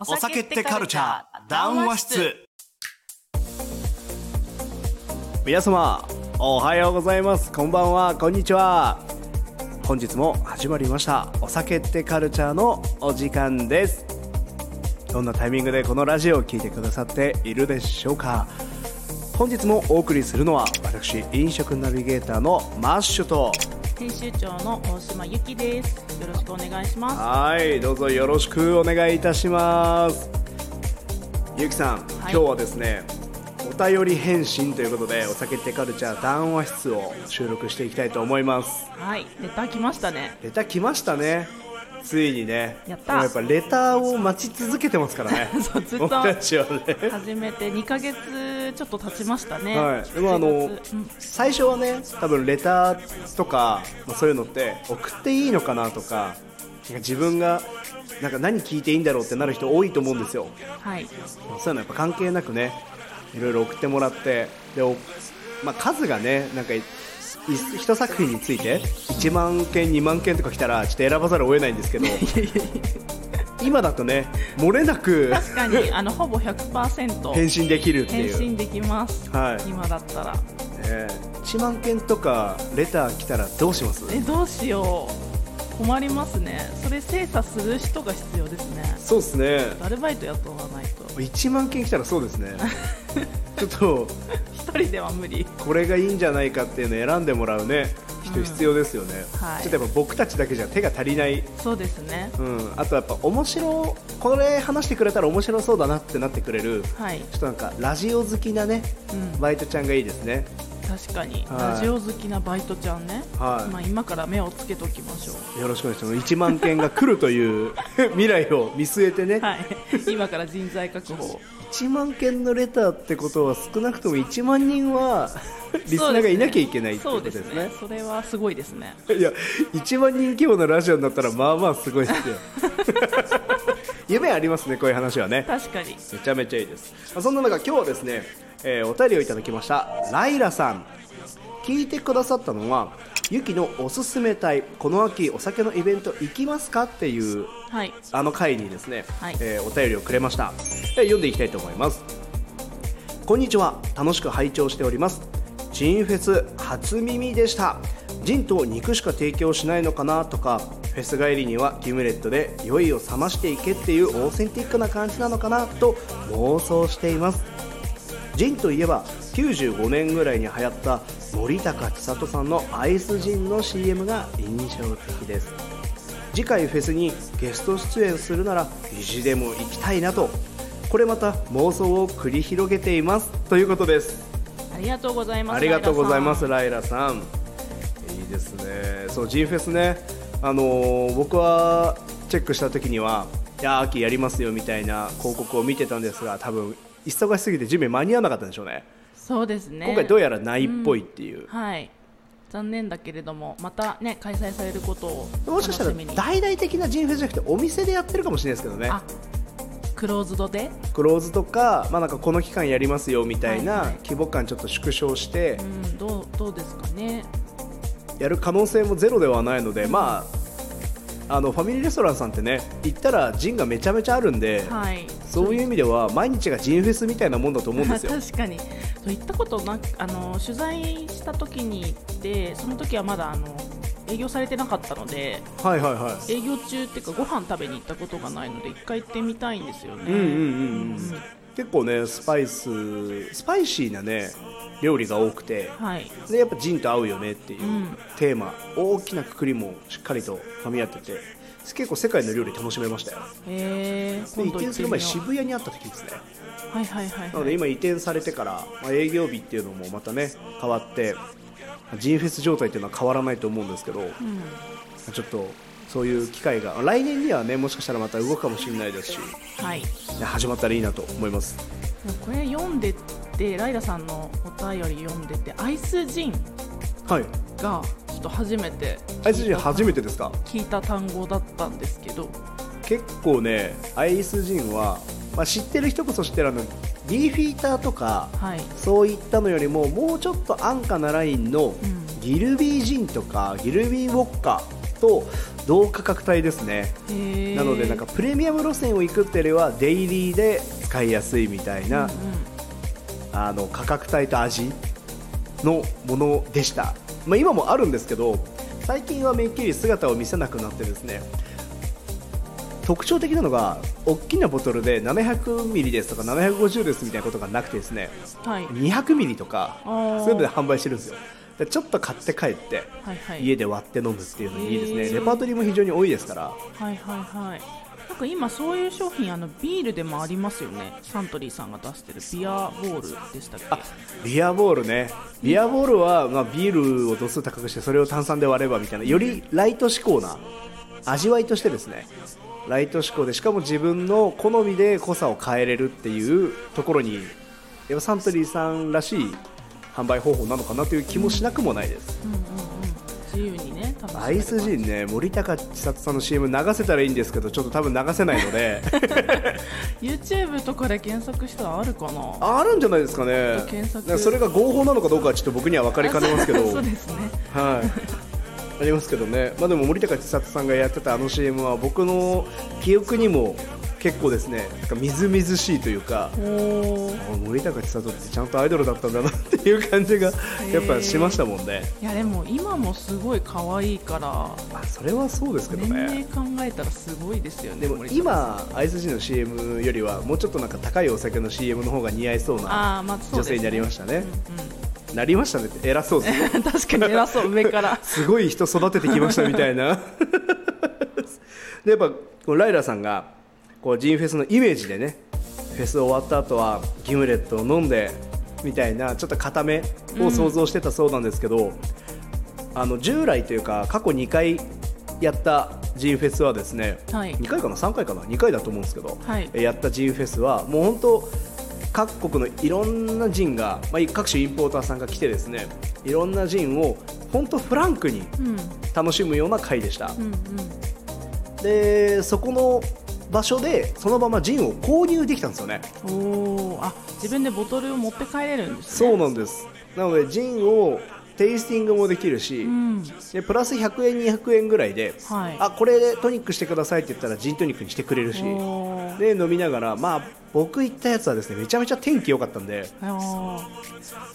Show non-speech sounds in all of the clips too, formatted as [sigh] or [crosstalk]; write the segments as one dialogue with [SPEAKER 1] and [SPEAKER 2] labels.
[SPEAKER 1] お酒ってカルチャー談話室
[SPEAKER 2] 皆様おはようございますこんばんはこんにちは本日も始まりましたお酒ってカルチャーのお時間ですどんなタイミングでこのラジオを聞いてくださっているでしょうか本日もお送りするのは私飲食ナビゲーターのマッシュと
[SPEAKER 3] 編集長の大島由紀ですよろしくお願いしま
[SPEAKER 2] はいどうぞよろしくお願いいたしますゆきさん、
[SPEAKER 3] はい
[SPEAKER 2] 今日はですねお便り返信ということでお酒ってカルチャー談話室を収録していきたいと思います
[SPEAKER 3] すはいレター来ましたね
[SPEAKER 2] レター来ましたねついにね
[SPEAKER 3] やった
[SPEAKER 2] もうやっぱレターを待ち続けてますからね
[SPEAKER 3] [laughs] そうずっと
[SPEAKER 2] 僕たちはね
[SPEAKER 3] 始めて2ヶ月ちょっと経ちましたね
[SPEAKER 2] はい、でもあの
[SPEAKER 3] 7月うん
[SPEAKER 2] 最初はね多分レターとか、まあ、そういうのって送っていいのかなとかなんか自分がなんか何聞いていいんだろうってなる人多いと思うんですよ
[SPEAKER 3] はい
[SPEAKER 2] そういうのやっぱ関係なくねいろいろ送ってもらってで、おまあ、数がねなんかい一作品について1万件2万件とか来たらちょっと選ばざるを得ないんです
[SPEAKER 3] [laughs]
[SPEAKER 2] けど今だとね漏れなく
[SPEAKER 3] 確かにあのほぼ100%
[SPEAKER 2] 返信できるって
[SPEAKER 3] 返
[SPEAKER 2] いう
[SPEAKER 3] 信できます、
[SPEAKER 2] はい
[SPEAKER 3] 今だったら
[SPEAKER 2] えー1万件とかレター来たらどうします
[SPEAKER 3] えどうしよう困りますねそれ精査する人が必要ですね
[SPEAKER 2] そうですね
[SPEAKER 3] アルバイト雇わないと
[SPEAKER 2] 1万件来たらそうです
[SPEAKER 3] [laughs]
[SPEAKER 2] ねちょっと
[SPEAKER 3] 一人では無理
[SPEAKER 2] これがいいんじゃないかっていうの選んでもらうね人必要ですよね、
[SPEAKER 3] はい
[SPEAKER 2] ちょっとやっぱ僕たちだけじゃ手が足りない、
[SPEAKER 3] そうですね
[SPEAKER 2] うん、あとやっぱ面白これ話してくれたら面白そうだなってなってくれる
[SPEAKER 3] はい
[SPEAKER 2] ちょっとなんかラジオ好きなね、
[SPEAKER 3] うん
[SPEAKER 2] バイトちゃんがいいですね
[SPEAKER 3] 確かに、
[SPEAKER 2] はい
[SPEAKER 3] ラジオ好きなバイトちゃんね、
[SPEAKER 2] はい
[SPEAKER 3] まあ、今から目をつけておきましょ
[SPEAKER 2] よろしくお願いします1万件が来るという
[SPEAKER 3] [laughs]
[SPEAKER 2] 未来を見据えてね、
[SPEAKER 3] う、はい、今から人材確保
[SPEAKER 2] 1万件のレターってことは少なくとも1万人はリスナーがいなきゃいけないっていうことですね
[SPEAKER 3] そうですねそれはすごいですね
[SPEAKER 2] いや1万人規模のラジオになったらまあまあすごいですよ [laughs] 夢ありますねこういう話はね
[SPEAKER 3] 確かに
[SPEAKER 2] めちゃめちゃいいですまあそんな中今日はですね、えーお便りをいただきましたライラさん聞いてくださったのはゆきのおすすめ隊この秋お酒のイベント行きますかっていう
[SPEAKER 3] はい
[SPEAKER 2] あの回にですね、
[SPEAKER 3] はい
[SPEAKER 2] えーお便りをくれました、えー読んでいきたいと思いますこんにちは楽しく拝聴しておりますジンフェス初耳でしたジンと肉しか提供しないのかなとかフェス帰りにはギムレットで酔いを冷ましていけっていうオーセンティックな感じなのかなと妄想していますジンといえば95年ぐらいに流行った森高千里さんのアイスジンの CM が印象的です次回フェスにゲスト出演するなら意地でも行きたいなとこれまた妄想を繰り広げていますということです
[SPEAKER 3] ありがとうございます
[SPEAKER 2] ありがとうございます
[SPEAKER 3] ライ
[SPEAKER 2] ライラさんいいですねそうジンフェスねあのー僕はチェックした時にはいやー秋やりますよみたいな広告を見てたんですが多分忙しすぎて準備間に合わなかったんでしょうね
[SPEAKER 3] ラさんそうですね
[SPEAKER 2] 今回どうやらないっぽいっていう、
[SPEAKER 3] はい残念だけれどもまたね開催されることを
[SPEAKER 2] もしかしたら
[SPEAKER 3] 楽しみに
[SPEAKER 2] 大々的なジンフェスじゃなくてお店でやってるかもしれないですけどね
[SPEAKER 3] あクローズドで
[SPEAKER 2] クローズとか,、まあ、なんかこの期間やりますよみたい
[SPEAKER 3] はい
[SPEAKER 2] な
[SPEAKER 3] はい
[SPEAKER 2] 規模感ちょっと縮小して
[SPEAKER 3] うんどうどうですかね
[SPEAKER 2] やる可能性もゼロではないので、まあ、あのファミリーレストランさんってね行ったらジンがめちゃめちゃあるんで、
[SPEAKER 3] はい
[SPEAKER 2] そういう意味では毎日がジンフェスみたいなもんだと思うんですよ
[SPEAKER 3] [laughs] 確かにそう行ったことなくあの取材した時に行ってその時はまだあの営業されてなかったので
[SPEAKER 2] はいはいはい
[SPEAKER 3] 営業中っていうかご飯食べに行ったことがないので一回行ってみたいんですよね
[SPEAKER 2] うんうんうんうん結構ねスパイススパイシーなね料理が多くて
[SPEAKER 3] はい
[SPEAKER 2] でやっぱジンと合うよねっていう
[SPEAKER 3] うん
[SPEAKER 2] テーマ、大きなくくりもしっかりと噛み合ってて結構世界の料理楽しめましたよ
[SPEAKER 3] へえ
[SPEAKER 2] で移
[SPEAKER 3] 今度行
[SPEAKER 2] 転
[SPEAKER 3] っ
[SPEAKER 2] す
[SPEAKER 3] て
[SPEAKER 2] る
[SPEAKER 3] みよ
[SPEAKER 2] 前
[SPEAKER 3] う
[SPEAKER 2] 渋谷にあった時ですね
[SPEAKER 3] はいはいはい
[SPEAKER 2] な
[SPEAKER 3] は
[SPEAKER 2] の
[SPEAKER 3] い
[SPEAKER 2] で今移転されてから、まあ、営業日っていうのもまたね変わってジンフェス状態っていうのは変わらないと思うんですけど
[SPEAKER 3] うん
[SPEAKER 2] ちょっとそういう機会が来年にはねもしかしたらまた動くかもしれないですし、ね
[SPEAKER 3] はい
[SPEAKER 2] 始まったらいいなと思います
[SPEAKER 3] これ読んでってライラさんのお便り読んでてアイスジン
[SPEAKER 2] はい
[SPEAKER 3] がちょっと初めて
[SPEAKER 2] アイスジン初めてですか
[SPEAKER 3] 聞いた単語だったんですけど
[SPEAKER 2] 結構ねアイスジンは、まあ、知ってる人こそ知ってるあのリーフィーターとか
[SPEAKER 3] はい
[SPEAKER 2] そういったのよりももうちょっと安価なラインの
[SPEAKER 3] ん
[SPEAKER 2] ギルビージンとかギルビーウォッカと同価格帯ですね
[SPEAKER 3] へー
[SPEAKER 2] なのでなんかプレミアム路線を行くってよりはデイリーで使いやすいみたいな、あの価格帯と味のものでした、まあ、今もあるんですけど最近はめっきり姿を見せなくなってですね特徴的なのが大きなボトルで700ミリですとか750ですみたいなことがなくてですね
[SPEAKER 3] はい
[SPEAKER 2] 200ミリとか
[SPEAKER 3] あ
[SPEAKER 2] そう
[SPEAKER 3] ー
[SPEAKER 2] いうので販売してるんですよでちょっと買って帰って
[SPEAKER 3] はいはい
[SPEAKER 2] 家で割って飲むっていうのにいいです
[SPEAKER 3] へ
[SPEAKER 2] ね
[SPEAKER 3] ー
[SPEAKER 2] レパートリーも非常に多いですから
[SPEAKER 3] はいはいはいなんか今そういう商品あのビールでもありますよねサントリーさんが出してるビアボールでしたっけ
[SPEAKER 2] あビアボールねビアボールは、まあ、ビールを度数高くしてそれを炭酸で割ればみたいなよりライト志向な味わいとしてですねライト志向でしかも自分の好みで濃さを変えれるっていうところにやっぱサントリーさんらしい販売方法なのかなという気もしなくもないです、
[SPEAKER 3] 自由にね多分
[SPEAKER 2] アイスジンね森高千里さんの CM 流せたらいいんですけどちょっと多分流せないの [laughs] で
[SPEAKER 3] YouTube とかで検索したらあるかな
[SPEAKER 2] あるんじゃないですかね
[SPEAKER 3] 検索
[SPEAKER 2] なんかそれが合法なのかどうかはちょっと僕には分かりかねますけ
[SPEAKER 3] [laughs]
[SPEAKER 2] ど
[SPEAKER 3] あそうそうですね
[SPEAKER 2] はい、ありますけどね、まあ、でも森高千里さんがやってたあの CM は僕の記憶にも結構ですねなんかみずみずしいというか
[SPEAKER 3] おお
[SPEAKER 2] あ森高千里ってちゃんとアイドルだったんだなっていう感じがやっぱしましたもんね、
[SPEAKER 3] いやでも今もすごい可愛いから
[SPEAKER 2] あそれはそうですけど
[SPEAKER 3] 年齢
[SPEAKER 2] ね
[SPEAKER 3] 考えたらすごいですよね
[SPEAKER 2] でも
[SPEAKER 3] 森田さん
[SPEAKER 2] 今アイスジの CM よりはもうちょっとなんか高いお酒の CM の方が似合いそうな
[SPEAKER 3] ああまあそうです、ね、
[SPEAKER 2] 女性になりましたねなりましたねって偉そうですね
[SPEAKER 3] うん確かに偉そう上から
[SPEAKER 2] [laughs] すごい人育ててきましたみたいなでやっぱこうライラさんがこうジンフェスのイメージでねフェス終わった後はギムレットを飲んでみたいなちょっと固めを想像してたそうなんですけど、あの従来というか過去2回やったジンフェスはですね、
[SPEAKER 3] はい
[SPEAKER 2] 2回かな3回かな2回だと思うんですけど、
[SPEAKER 3] はい
[SPEAKER 2] えやったジンフェスはもう本当各国のいろんなジンが、まあ、各種インポーターさんが来てですねいろんなジンを本当フランクに
[SPEAKER 3] うんうん
[SPEAKER 2] 楽しむような会でした、
[SPEAKER 3] うん
[SPEAKER 2] でそこの場所でそのままジンを購入できたんですよね
[SPEAKER 3] おおあ自分でボトルを持って帰れるんです
[SPEAKER 2] そう
[SPEAKER 3] ね
[SPEAKER 2] なんですなのでジンをテイスティングもできるし、
[SPEAKER 3] うん
[SPEAKER 2] でプラス100円200円ぐらいで、
[SPEAKER 3] はい
[SPEAKER 2] あこれでトニックしてくださいって言ったらジントニックにしてくれるし
[SPEAKER 3] おー
[SPEAKER 2] で飲みながらまあ僕行ったやつはですねめちゃめちゃ天気良かったんで、
[SPEAKER 3] あ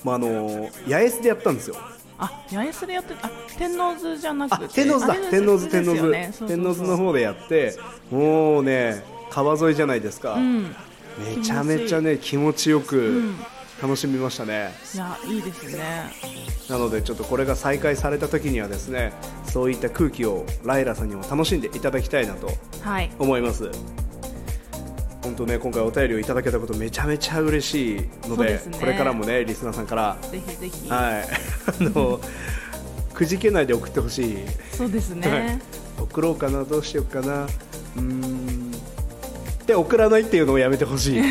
[SPEAKER 2] まあ、あの八重洲でやったんですよ
[SPEAKER 3] あ八重洲でやってあ天王洲じゃな
[SPEAKER 2] あ
[SPEAKER 3] くて
[SPEAKER 2] 天王洲だ
[SPEAKER 3] あれ
[SPEAKER 2] 天王洲
[SPEAKER 3] で
[SPEAKER 2] 天
[SPEAKER 3] す
[SPEAKER 2] 王
[SPEAKER 3] よ
[SPEAKER 2] 洲
[SPEAKER 3] ねそうそうそう
[SPEAKER 2] 天王洲の方でやってもうね川沿いじゃないですか、
[SPEAKER 3] うん
[SPEAKER 2] めちゃめちゃね気持ちよく楽しみましたね、
[SPEAKER 3] いやいいですね
[SPEAKER 2] なのでちょっとこれが再開された時にはですねそういった空気をライラさんにも楽しんでいただきたいなと
[SPEAKER 3] はい
[SPEAKER 2] 思います本当ね今回お便りをいただけたことめちゃめちゃ嬉しいの
[SPEAKER 3] そう
[SPEAKER 2] で
[SPEAKER 3] ですね
[SPEAKER 2] これからもねリスナーさんから
[SPEAKER 3] ぜひぜひ、
[SPEAKER 2] はい [laughs] あのくじけないで送ってほしい
[SPEAKER 3] そうですね、
[SPEAKER 2] はい送ろうかなどうしようかなうーんで送らないっていうのをやめて
[SPEAKER 3] [laughs]
[SPEAKER 2] ほしい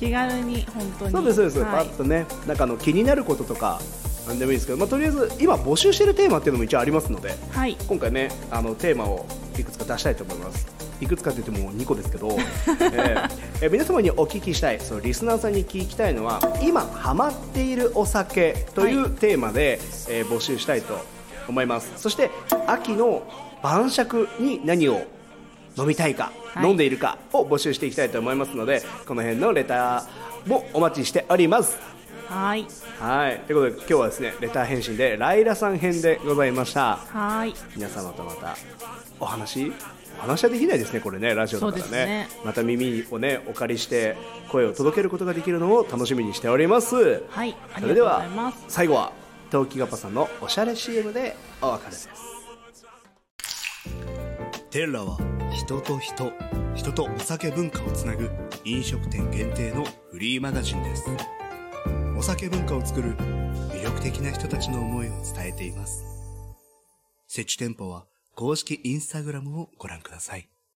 [SPEAKER 3] 気軽に本当に
[SPEAKER 2] そうですそうです、
[SPEAKER 3] はい
[SPEAKER 2] パッとねなんかあの気になることとか何でもいいですけど、まあ、とりあえず今募集してるテーマっていうのも一応ありますので
[SPEAKER 3] はい
[SPEAKER 2] 今回ねあのテーマをいくつか出したいと思いますいくつかって言っても2個で
[SPEAKER 3] [laughs]
[SPEAKER 2] すけど、えーえー皆様にお聞きしたいそのリスナーさんに聞きたいのは今ハマっているお酒とい
[SPEAKER 3] は
[SPEAKER 2] うテーマで、えー募集したいと思いますそして秋の晩酌に何を飲みたいか、
[SPEAKER 3] はい
[SPEAKER 2] 飲んでいるかを募集していきたいと思いますのでこの辺のレターもお待ちしております
[SPEAKER 3] はい
[SPEAKER 2] はいということで今日はですねレター返信でライラさん編でございました
[SPEAKER 3] はい
[SPEAKER 2] 皆様とまたお話お話はできないですねこれねラジオだか
[SPEAKER 3] そ
[SPEAKER 2] ら
[SPEAKER 3] う
[SPEAKER 2] ね
[SPEAKER 3] ですね
[SPEAKER 2] また耳をねお借りして声を届けることができるのを楽しみにしております
[SPEAKER 3] はいあ
[SPEAKER 2] そ
[SPEAKER 3] りが
[SPEAKER 2] れで
[SPEAKER 3] とうご
[SPEAKER 2] は
[SPEAKER 3] ざいます
[SPEAKER 2] 最後はトウキガパさんのおしゃれ CM でお別れです
[SPEAKER 1] テッラは人と人、人とお酒文化をつなぐ飲食店限定のフリーマガジンです。お酒文化を作る魅力的な人たちの思いを伝えています。設置店舗は公式インスタグラムをご覧ください。